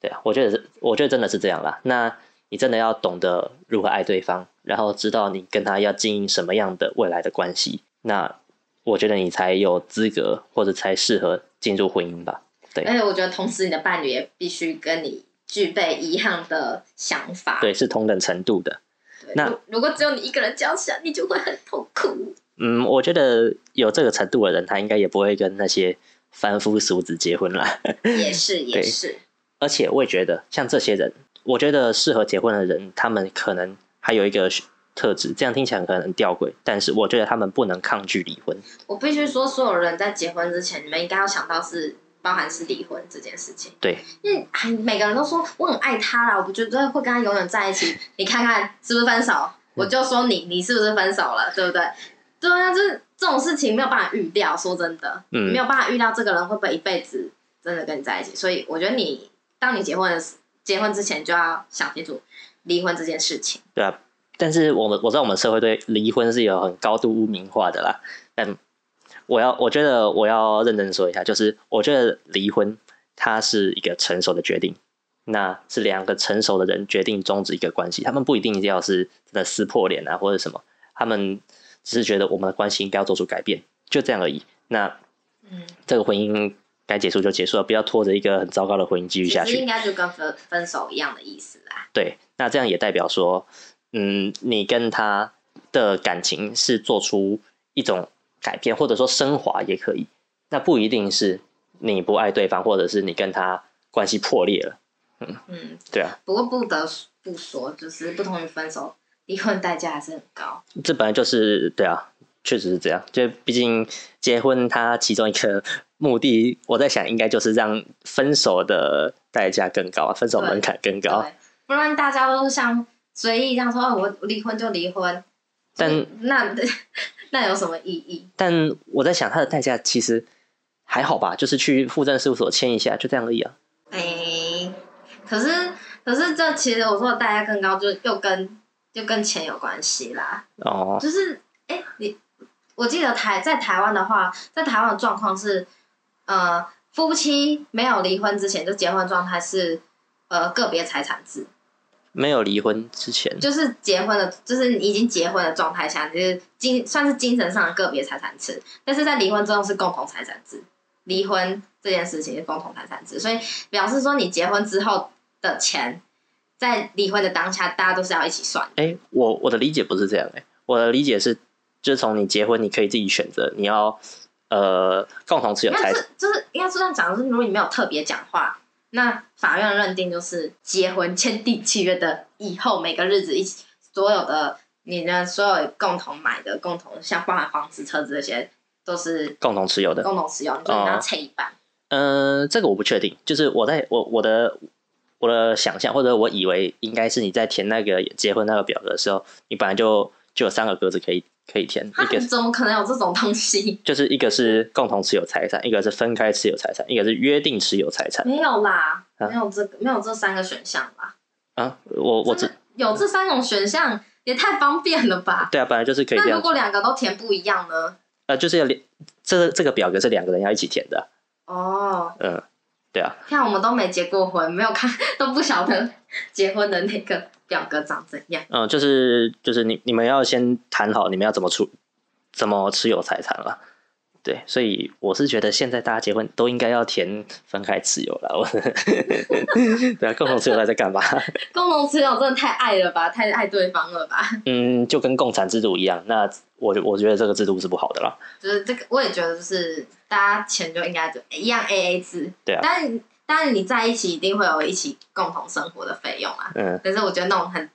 Speaker 1: 对啊，我觉得是，我觉得真的是这样啦。那你真的要懂得如何爱对方，然后知道你跟他要经营什么样的未来的关系，那我觉得你才有资格或者才适合进入婚姻吧。对
Speaker 2: 而且我觉得，同时你的伴侣也必须跟你具备一样的想法。
Speaker 1: 对，是同等程度的。
Speaker 2: 对，
Speaker 1: 那
Speaker 2: 如如果只有你一个人这样想，你就会很痛苦。
Speaker 1: 嗯，我觉得有这个程度的人，他应该也不会跟那些凡夫俗子结婚啦。
Speaker 2: 也是，也是，
Speaker 1: 而且我也觉得，像这些人，我觉得适合结婚的人，他们可能还有一个特质，这样听起来可能很吊诡，但是我觉得他们不能抗拒离婚。
Speaker 2: 我必须说，所有人在结婚之前，你们应该要想到是。包含是离婚这件事情，
Speaker 1: 对，
Speaker 2: 因为哎，每个人都说我很爱他啦，我不觉得会跟他永远在一起。你看看是不是分手？我就说你，你是不是分手了，对不对？对啊，就是这种事情没有办法预料，说真的，
Speaker 1: 嗯
Speaker 2: 没有办法预料这个人会不会一辈子真的跟你在一起。所以我觉得你当你结婚的时结婚之前就要想清楚离婚这件事情。
Speaker 1: 对啊，但是我们我知道我们社会对离婚是有很高度污名化的啦。但我要我觉得我要认真说一下，就是我觉得离婚它是一个成熟的决定，那是两个成熟的人决定终止一个关系，他们不一定一定要是真的撕破脸啊或者什么，他们只是觉得我们的关系应该要做出改变，就这样而已。那
Speaker 2: 嗯，
Speaker 1: 这个婚姻该结束就结束了，不要拖着一个很糟糕的婚姻继续
Speaker 2: 其
Speaker 1: 下
Speaker 2: 实
Speaker 1: 去
Speaker 2: 应。该就跟分分手一样的意思啦。
Speaker 1: 对，那这样也代表说，嗯，你跟他的感情是做出一种改变，或者说升华也可以。那不一定是你不爱对方，或者是你跟他关系破裂了，
Speaker 2: 嗯，
Speaker 1: 对啊，
Speaker 2: 不过不得不说，就是不同于分手，离婚代价还是很高。
Speaker 1: 这本来就是对啊，确实是这样。就毕竟结婚，它其中一个目的，我在想应该就是让分手的代价更高啊，分手门槛更高。
Speaker 2: 对，不然大家都像随意这样说，哦，我离婚就离婚，
Speaker 1: 但
Speaker 2: 那 那有什么意义？
Speaker 1: 但我在想，它的代价其实还好吧，就是去户政事务所签一下，就这样而已啊。
Speaker 2: 哎、可是可是这其实我说的代价更高，就又跟又跟钱有关系啦。
Speaker 1: 哦，
Speaker 2: 就是哎、诶你我记得台在台湾的话，在台湾的状况是，呃，夫妻没有离婚之前就结婚状态是，呃，个别财产制，
Speaker 1: 没有离婚之前，
Speaker 2: 就是结婚的，就是已经结婚的状态下，就是精算是精神上的个别财产制，但是在离婚之后是共同财产制，离婚这件事情是共同财产制，所以表示说你结婚之后的钱，在离婚的当下，大家都是要一起算的。
Speaker 1: 哎、我我的理解不是这样、诶我的理解是，就是从你结婚，你可以自己选择，你要呃共同持有
Speaker 2: 那
Speaker 1: 财
Speaker 2: 这
Speaker 1: 产，
Speaker 2: 就是应该是这样讲，就是如果你没有特别讲话，那法院的认定就是结婚签订契约的以后每个日子一起所有的你的所有共同买的、共同像包含房子、车子这些都是
Speaker 1: 共同持有的。
Speaker 2: 共同持哦有，你就
Speaker 1: 哦
Speaker 2: 你要拆一半。
Speaker 1: 呃，这个我不确定，就是我在我我的我的想象，或者我以为应该是你在填那个结婚那个表格的时候，你本来就就有三个格子可以可以填，
Speaker 2: 他
Speaker 1: 一个是
Speaker 2: 怎么可能有这种 东西？
Speaker 1: 就是一个是共同持有财产，一个是分开持有财产，一个是约定持有财产
Speaker 2: 没有啦，
Speaker 1: 啊
Speaker 2: 没有这个，没有这三个选项啦。
Speaker 1: 啊。我我
Speaker 2: 真
Speaker 1: 这
Speaker 2: 的有这三种选项也太方便了吧？
Speaker 1: 对啊，本来就是可以这
Speaker 2: 那
Speaker 1: 样
Speaker 2: 如果两个都填不一样呢？
Speaker 1: 呃，就是要两这这个表格是两个人要一起填的，
Speaker 2: 哦，
Speaker 1: 嗯，对啊，
Speaker 2: 看我们都没结过婚，没有看都不晓得结婚的那个表格长怎样。
Speaker 1: 嗯，就是就是你你们要先谈好你们要怎么处怎么持有财产了，对，所以我是觉得现在大家结婚都应该要填分开持有了，我 对啊，共同持有在在干嘛？
Speaker 2: 共同持有真的太爱了吧，太爱对方了吧？
Speaker 1: 嗯，就跟共产制度一样，那我我觉得这个制度是不好的啦，
Speaker 2: 就是这个，我也觉得就是大家钱就应该就一样 A A 制。
Speaker 1: 对啊
Speaker 2: 但是但是你在一起一定会有一起共同生活的费用啊。
Speaker 1: 嗯，
Speaker 2: 但是我觉得那种很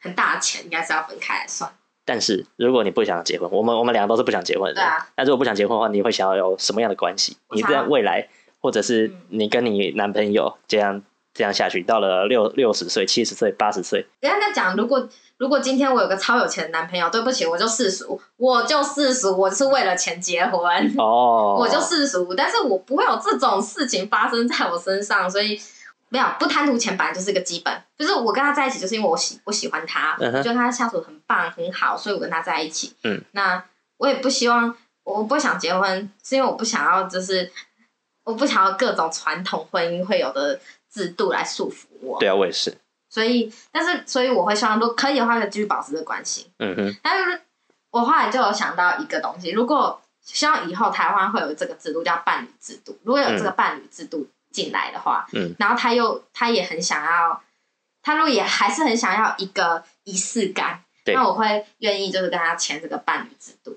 Speaker 2: 很大的钱应该是要分开来算。
Speaker 1: 但是如果你不想结婚，我们我们两个都是不想结婚的
Speaker 2: 对
Speaker 1: 人，
Speaker 2: 啊
Speaker 1: 那如果不想结婚的话，你会想要有什么样的关系？
Speaker 2: 我
Speaker 1: 你
Speaker 2: 想
Speaker 1: 在
Speaker 2: 要
Speaker 1: 未来，或者是
Speaker 2: 嗯
Speaker 1: 你跟你男朋友这样这样下去，到了六六十岁、七十岁、八十岁，
Speaker 2: 人家在讲，如果如果今天我有个超有钱的男朋友，对不起，我就世俗，我就世俗，我是为了钱结婚。
Speaker 1: 哦，
Speaker 2: 嗯我就世俗，但是我不会有这种事情发生在我身上，所以没有不贪图钱本来就是个基本，就是我跟他在一起，就是因为我喜我喜欢他，
Speaker 1: 嗯哼
Speaker 2: 我觉得他相处很棒很好，所以我跟他在一起。
Speaker 1: 嗯，
Speaker 2: 那我也不希望，我不想结婚，是因为我不想要，就是我不想要各种传统婚姻会有的制度来束缚我。
Speaker 1: 对啊，我也是，
Speaker 2: 所以，但是所以我会希望，如果可以的话，就继续保持这个关系。
Speaker 1: 嗯哼，
Speaker 2: 但是我后来就有想到一个东西，如果希望以后台湾会有这个制度叫伴侣制度，如果有这个伴侣制度进来的话，
Speaker 1: 嗯，
Speaker 2: 然后他又他也很想要，他如果也还是很想要一个仪式感，
Speaker 1: 对
Speaker 2: 那我会愿意就是跟他签这个伴侣制度。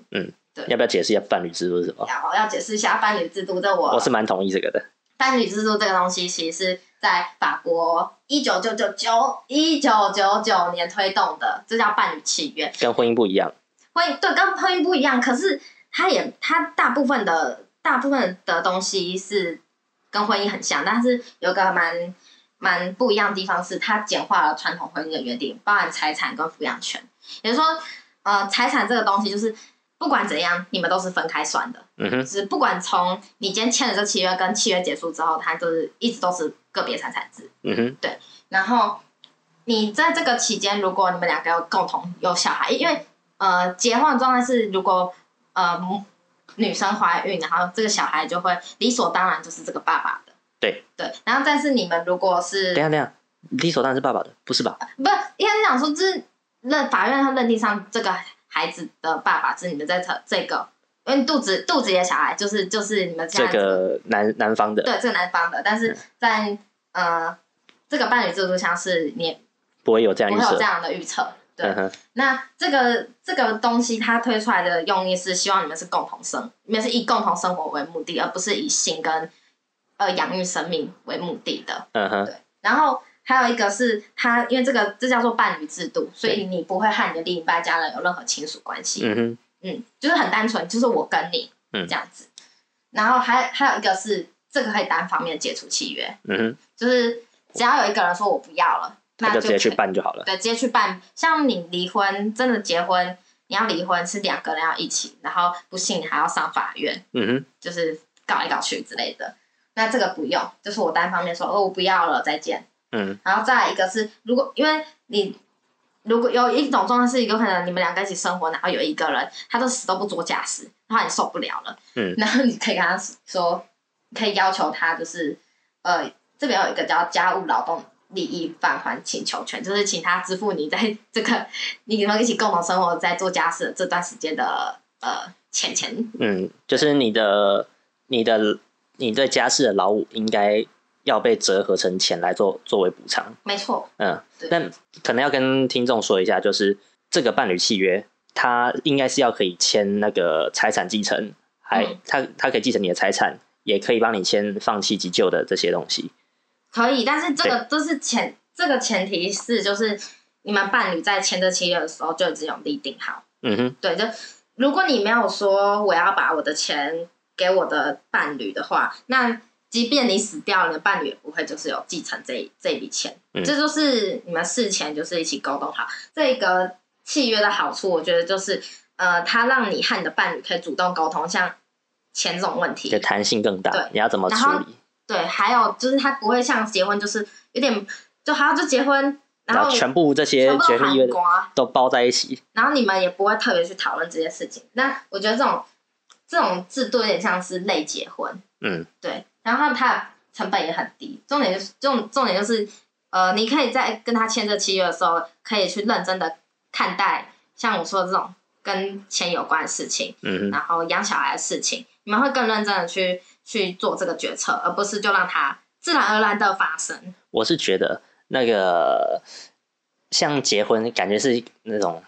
Speaker 1: 要不要解释一下伴侣制度是什么？
Speaker 2: 然后要解释一下伴侣制度，这我
Speaker 1: 我是蛮同意这个的，
Speaker 2: 伴侣制度这个东西，其实是在法国一九九九九一九九九年推动的，这叫伴侣契约。
Speaker 1: 跟婚姻不一样，
Speaker 2: 婚姻对跟婚姻不一样，可是它也它大部分的大部分的东西是跟婚姻很像，但是有个蛮蛮不一样的地方是，它简化了传统婚姻的约定，包含财产跟抚养权。也就是说，呃，财产这个东西就是不管怎样，你们都是分开算的。
Speaker 1: 嗯哼，
Speaker 2: 就是不管从你今天签了这契约跟契约结束之后，它都是一直都是个别财产制。
Speaker 1: 嗯哼，
Speaker 2: 然后你在这个期间，如果你们两个有共同有小孩，因为呃结婚的状态是如果呃母女生怀孕，然后这个小孩就会理所当然就是这个爸爸的。
Speaker 1: 对啊
Speaker 2: 对，然后但是你们如果是
Speaker 1: 等一下等一下，理所当然是爸爸的，不是吧？
Speaker 2: 不是应该是讲说，就是认法院他认定上这个孩子的爸爸是你们在这这个，因为肚子肚子里的小孩就是就是你们
Speaker 1: 这
Speaker 2: 现在
Speaker 1: 个嗯男男方的
Speaker 2: 对这个男方的，但是在呃这个伴侣制度下是你也
Speaker 1: 不会有这样
Speaker 2: 不
Speaker 1: 预
Speaker 2: 会有
Speaker 1: 设
Speaker 2: 这，样的预测。对，
Speaker 1: 嗯哼，
Speaker 2: 那这个这个东西它推出来的用意是希望你们是共同生，你们是以共同生活为目的，而不是以性跟呃养育生命为目的的。
Speaker 1: 嗯哼，
Speaker 2: 对，然后还有一个是他，因为这个这叫做伴侣制度，所以你不会和你的另一半家人有任何亲属关系。
Speaker 1: 嗯哼，
Speaker 2: 嗯，就是很单纯，就是我跟你，
Speaker 1: 嗯
Speaker 2: 这样子。然后还还有一个是这个可以单方面解除契约，
Speaker 1: 嗯哼，
Speaker 2: 就是只要有一个人说我不要了，
Speaker 1: 他
Speaker 2: 那
Speaker 1: 就直接
Speaker 2: 可以
Speaker 1: 去办就好了。
Speaker 2: 对，直接去办。像你离婚，真的结婚，你要离婚是两个人要一起，然后不信你还要上法院，
Speaker 1: 嗯哼，
Speaker 2: 就是搞来搞去之类的。那这个不用，就是我单方面说，哦，我不要了，再见。
Speaker 1: 嗯
Speaker 2: 然后再来一个是，如果因为你如果有一种状态是有可能你们两个一起生活，然后有一个人他都死都不做家事，然后你受不了了，
Speaker 1: 嗯
Speaker 2: 然后你可以跟他说，可以要求他就是呃，这边有一个叫家务劳动利益返还请求权，就是请他支付你在这个你们一起共同生活在做家事的这段时间的呃钱钱，
Speaker 1: 嗯，就是你的你的你对家事的劳务应该要被折合成钱来做作为补偿。
Speaker 2: 没错，
Speaker 1: 嗯
Speaker 2: 对，
Speaker 1: 但可能要跟听众说一下，就是这个伴侣契约，它应该是要可以签那个财产继承，还、
Speaker 2: 嗯
Speaker 1: 它它可以继承你的财产，也可以帮你签放弃急救的这些东西。
Speaker 2: 可以，但是这个这是前这个前提是就是你们伴侣在签这契约的时候就已经有立定好，
Speaker 1: 嗯哼，
Speaker 2: 对，就如果你没有说我要把我的钱给我的伴侣的话，那即便你死掉，你的伴侣也不会就是有继承这一这一笔钱，
Speaker 1: 嗯
Speaker 2: 这就是你们事前就是一起沟通好这个契约的好处，我觉得就是呃，它让你和你的伴侣可以主动沟通，像钱这种问题，
Speaker 1: 你的弹性更大
Speaker 2: 对，
Speaker 1: 你要怎么
Speaker 2: 然
Speaker 1: 处
Speaker 2: 后
Speaker 1: 理？
Speaker 2: 对，还有就是他不会像结婚，就是有点就好像就结婚，然
Speaker 1: 然
Speaker 2: 后
Speaker 1: 后全部这些
Speaker 2: 全部
Speaker 1: 决
Speaker 2: 都
Speaker 1: 议约
Speaker 2: 含瓜，
Speaker 1: 都包在一起。
Speaker 2: 然后你们也不会特别去讨论这些事情。那我觉得这种这种制度有点像是类结婚，
Speaker 1: 嗯
Speaker 2: 对，然后它的成本也很低，重点就是重重点就是呃，你可以在跟他签这契约的时候，可以去认真的看待像我说的这种跟钱有关的事情。
Speaker 1: 嗯哼，
Speaker 2: 然后养小孩的事情，你们会更认真的去去做这个决策，而不是就让它自然而然的发生。
Speaker 1: 我是觉得那个像结婚，感觉是那种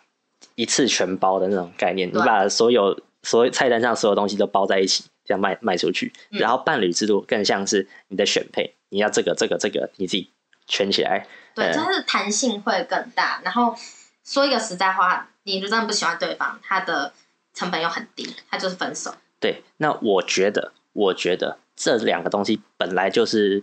Speaker 1: 一次全包的那种概念，你
Speaker 2: 对啊
Speaker 1: 把所有所有菜单上所有东西都包在一起，这样卖卖出去。
Speaker 2: 嗯
Speaker 1: 然后伴侣制度更像是你的选配，你要这个这个这个，你自己圈起来。
Speaker 2: 对，
Speaker 1: 嗯
Speaker 2: 就是弹性会更大。然后说一个实在话，你如果真的不喜欢对方，他的成本又很低，他就是分手。
Speaker 1: 对，那我觉得，我觉得这两个东西本来就是，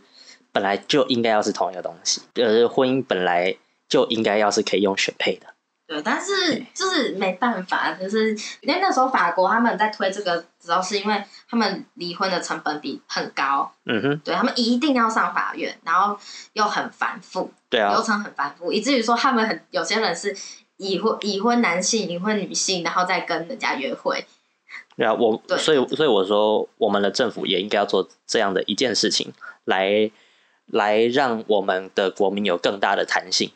Speaker 1: 本来就应该要是同一个东西。呃，婚姻本来就应该要是可以用选配的。
Speaker 2: 对，但是就是没办法，就是因为那时候法国他们在推这个，主要是因为他们离婚的成本比很高，
Speaker 1: 嗯哼，
Speaker 2: 对他们一定要上法院，然后又很繁复，
Speaker 1: 对啊
Speaker 2: 流，程很繁复，以至于说他们很有些人是已婚已婚男性、已婚女性，然后再跟人家约会。
Speaker 1: 对啊，我
Speaker 2: 对
Speaker 1: 所以所以我说，我们的政府也应该要做这样的一件事情，来来让我们的国民有更大的弹性。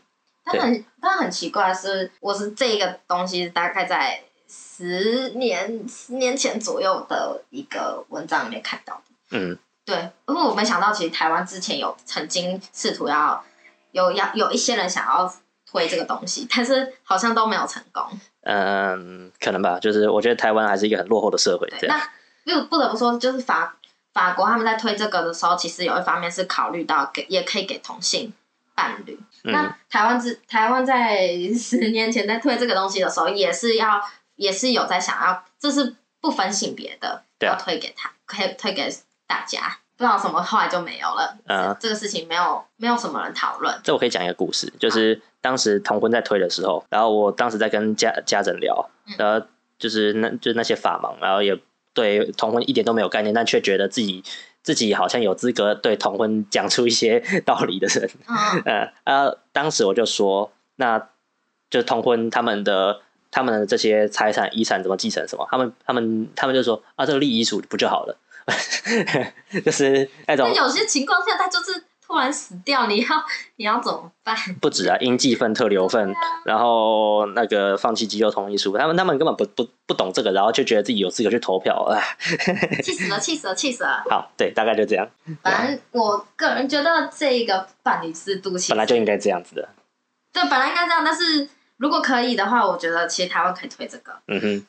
Speaker 2: 但很但很奇怪的是，我是这个东西大概在十年十年前左右的一个文章里面看到的。
Speaker 1: 嗯
Speaker 2: 对，因为我没想到，其实台湾之前有曾经试图要有要有一些人想要推这个东西，但是好像都没有成功。
Speaker 1: 嗯，可能吧，就是我觉得台湾还是一个很落后的社会，这
Speaker 2: 对，
Speaker 1: 样
Speaker 2: 那不不得不说，就是法法国他们在推这个的时候，其实有一方面是考虑到给也可以给同性伴侣。
Speaker 1: 嗯
Speaker 2: 那台湾之台湾在十年前在推这个东西的时候，也是要也是有在想要，这是不分性别的，
Speaker 1: 对啊
Speaker 2: 要推给他，可以推给大家。不知道什么，后来就没有了。
Speaker 1: 嗯
Speaker 2: 这个事情没有没有什么人讨 论。
Speaker 1: 这我可以讲一个故事，就是当时同婚在推的时候，然后我当时在跟家家长聊
Speaker 2: 嗯，
Speaker 1: 然后就是那就是那些法盲，然后也对同婚一点都没有概念，但却觉得自己自己好像有资格对同婚讲出一些 道理的人。
Speaker 2: 嗯
Speaker 1: 嗯，啊，当时我就说，那就同婚他们的他们的这些财产遗产怎么继承什么，他们他们他们就说啊，这个立遗嘱不就好了， 就是那种
Speaker 2: 但有些情况下，他就是突然死掉，你要你要怎么 办？
Speaker 1: 不止啊，应继分、特留分
Speaker 2: 对，啊
Speaker 1: 然后那个放弃肌肉同意书，他们他们根本不不不懂这个，然后就觉得自己有资格去投票啊。
Speaker 2: 气死了，气死了，气死了！
Speaker 1: 好，对，大概就这样，
Speaker 2: 反正我个人觉得这个伴侣制度其实
Speaker 1: 本来就应该这样子的。
Speaker 2: 对，本来应该这样，但是如果可以的话，我觉得其实台湾可以推这个，
Speaker 1: 嗯哼，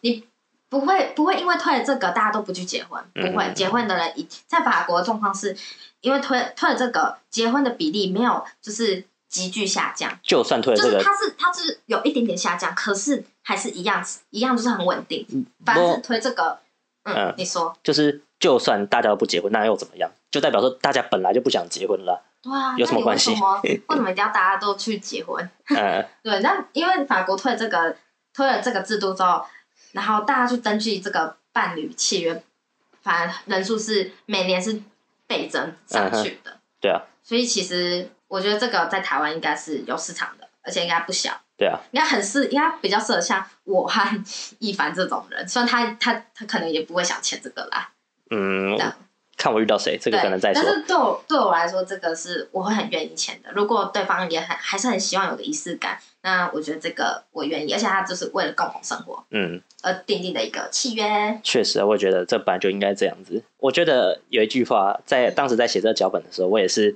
Speaker 2: 不会不会因为推了这个大家都不去结婚，不
Speaker 1: 嗯
Speaker 2: 会、结婚的人一在法国的状况是，因为推推了这个结婚的比例没有就是急剧下降，
Speaker 1: 就算退了
Speaker 2: 就
Speaker 1: 这
Speaker 2: 是
Speaker 1: 个，
Speaker 2: 它是它是有一点点下降，可是还是一样一样就是很稳定，反正是推这个，嗯，
Speaker 1: 嗯
Speaker 2: 你说
Speaker 1: 就是就算大家都不结婚，那又怎么样？就代表说大家本来就不想结婚了。
Speaker 2: 对啊，
Speaker 1: 有什么
Speaker 2: 那你
Speaker 1: 关系
Speaker 2: 为 什么为什么一定要大家都去结婚？
Speaker 1: 嗯，
Speaker 2: 对，那因为法国退这个推了这个制度之后，然后大家去登记这个伴侣契约，反正人数是每年是倍增上去的，
Speaker 1: 对啊，
Speaker 2: 所以其实我觉得这个在台湾应该是有市场的，而且应该不小，
Speaker 1: 对啊，
Speaker 2: 应该很适，应该比较适合像我和 一凡这种人，虽然他他他可能也不会想签这个啦，
Speaker 1: 嗯
Speaker 2: 那，
Speaker 1: 看我遇到谁，这个
Speaker 2: 对，
Speaker 1: 可能再说
Speaker 2: 但。是对我对我来说，这个是我会很愿意签的。如果对方也很还是很希望有个仪式感，那我觉得这个我愿意，而且他就是为了共同生活
Speaker 1: 嗯，
Speaker 2: 而订定的一个契约。
Speaker 1: 确实啊，我也觉得这本来就应该这样子。我觉得有一句话，在当时在写这个脚本的时候，我也是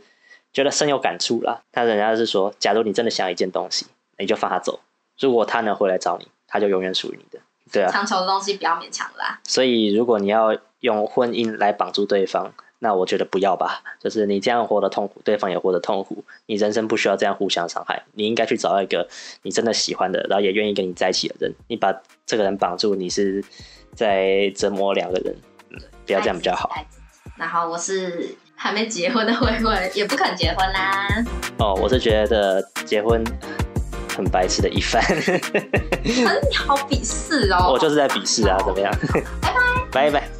Speaker 1: 觉得深有感触啦。但人家是说，假如你真的想要一件东西，你就放他走；如果他能回来找你，他就永远属于你的。对啊，
Speaker 2: 强求的东西不要勉强啦。
Speaker 1: 所以如果你要用婚姻来绑住对方，那我觉得不要吧。就是你这样活得痛苦，对方也活得痛苦，你人生不需要这样互相伤害。你应该去找到一个你真的喜欢的，然后也愿意跟你在一起的人。你把这个人绑住，你是在折磨两个人，嗯，不
Speaker 2: 不
Speaker 1: 要这样比较好。
Speaker 2: 然后我是还没结婚的灰灰，也不肯结婚啦。
Speaker 1: 哦，我是觉得结婚很白痴的一番，
Speaker 2: 可是你好鄙视哦。
Speaker 1: 我就是在鄙视啊，怎么样？拜拜，拜拜。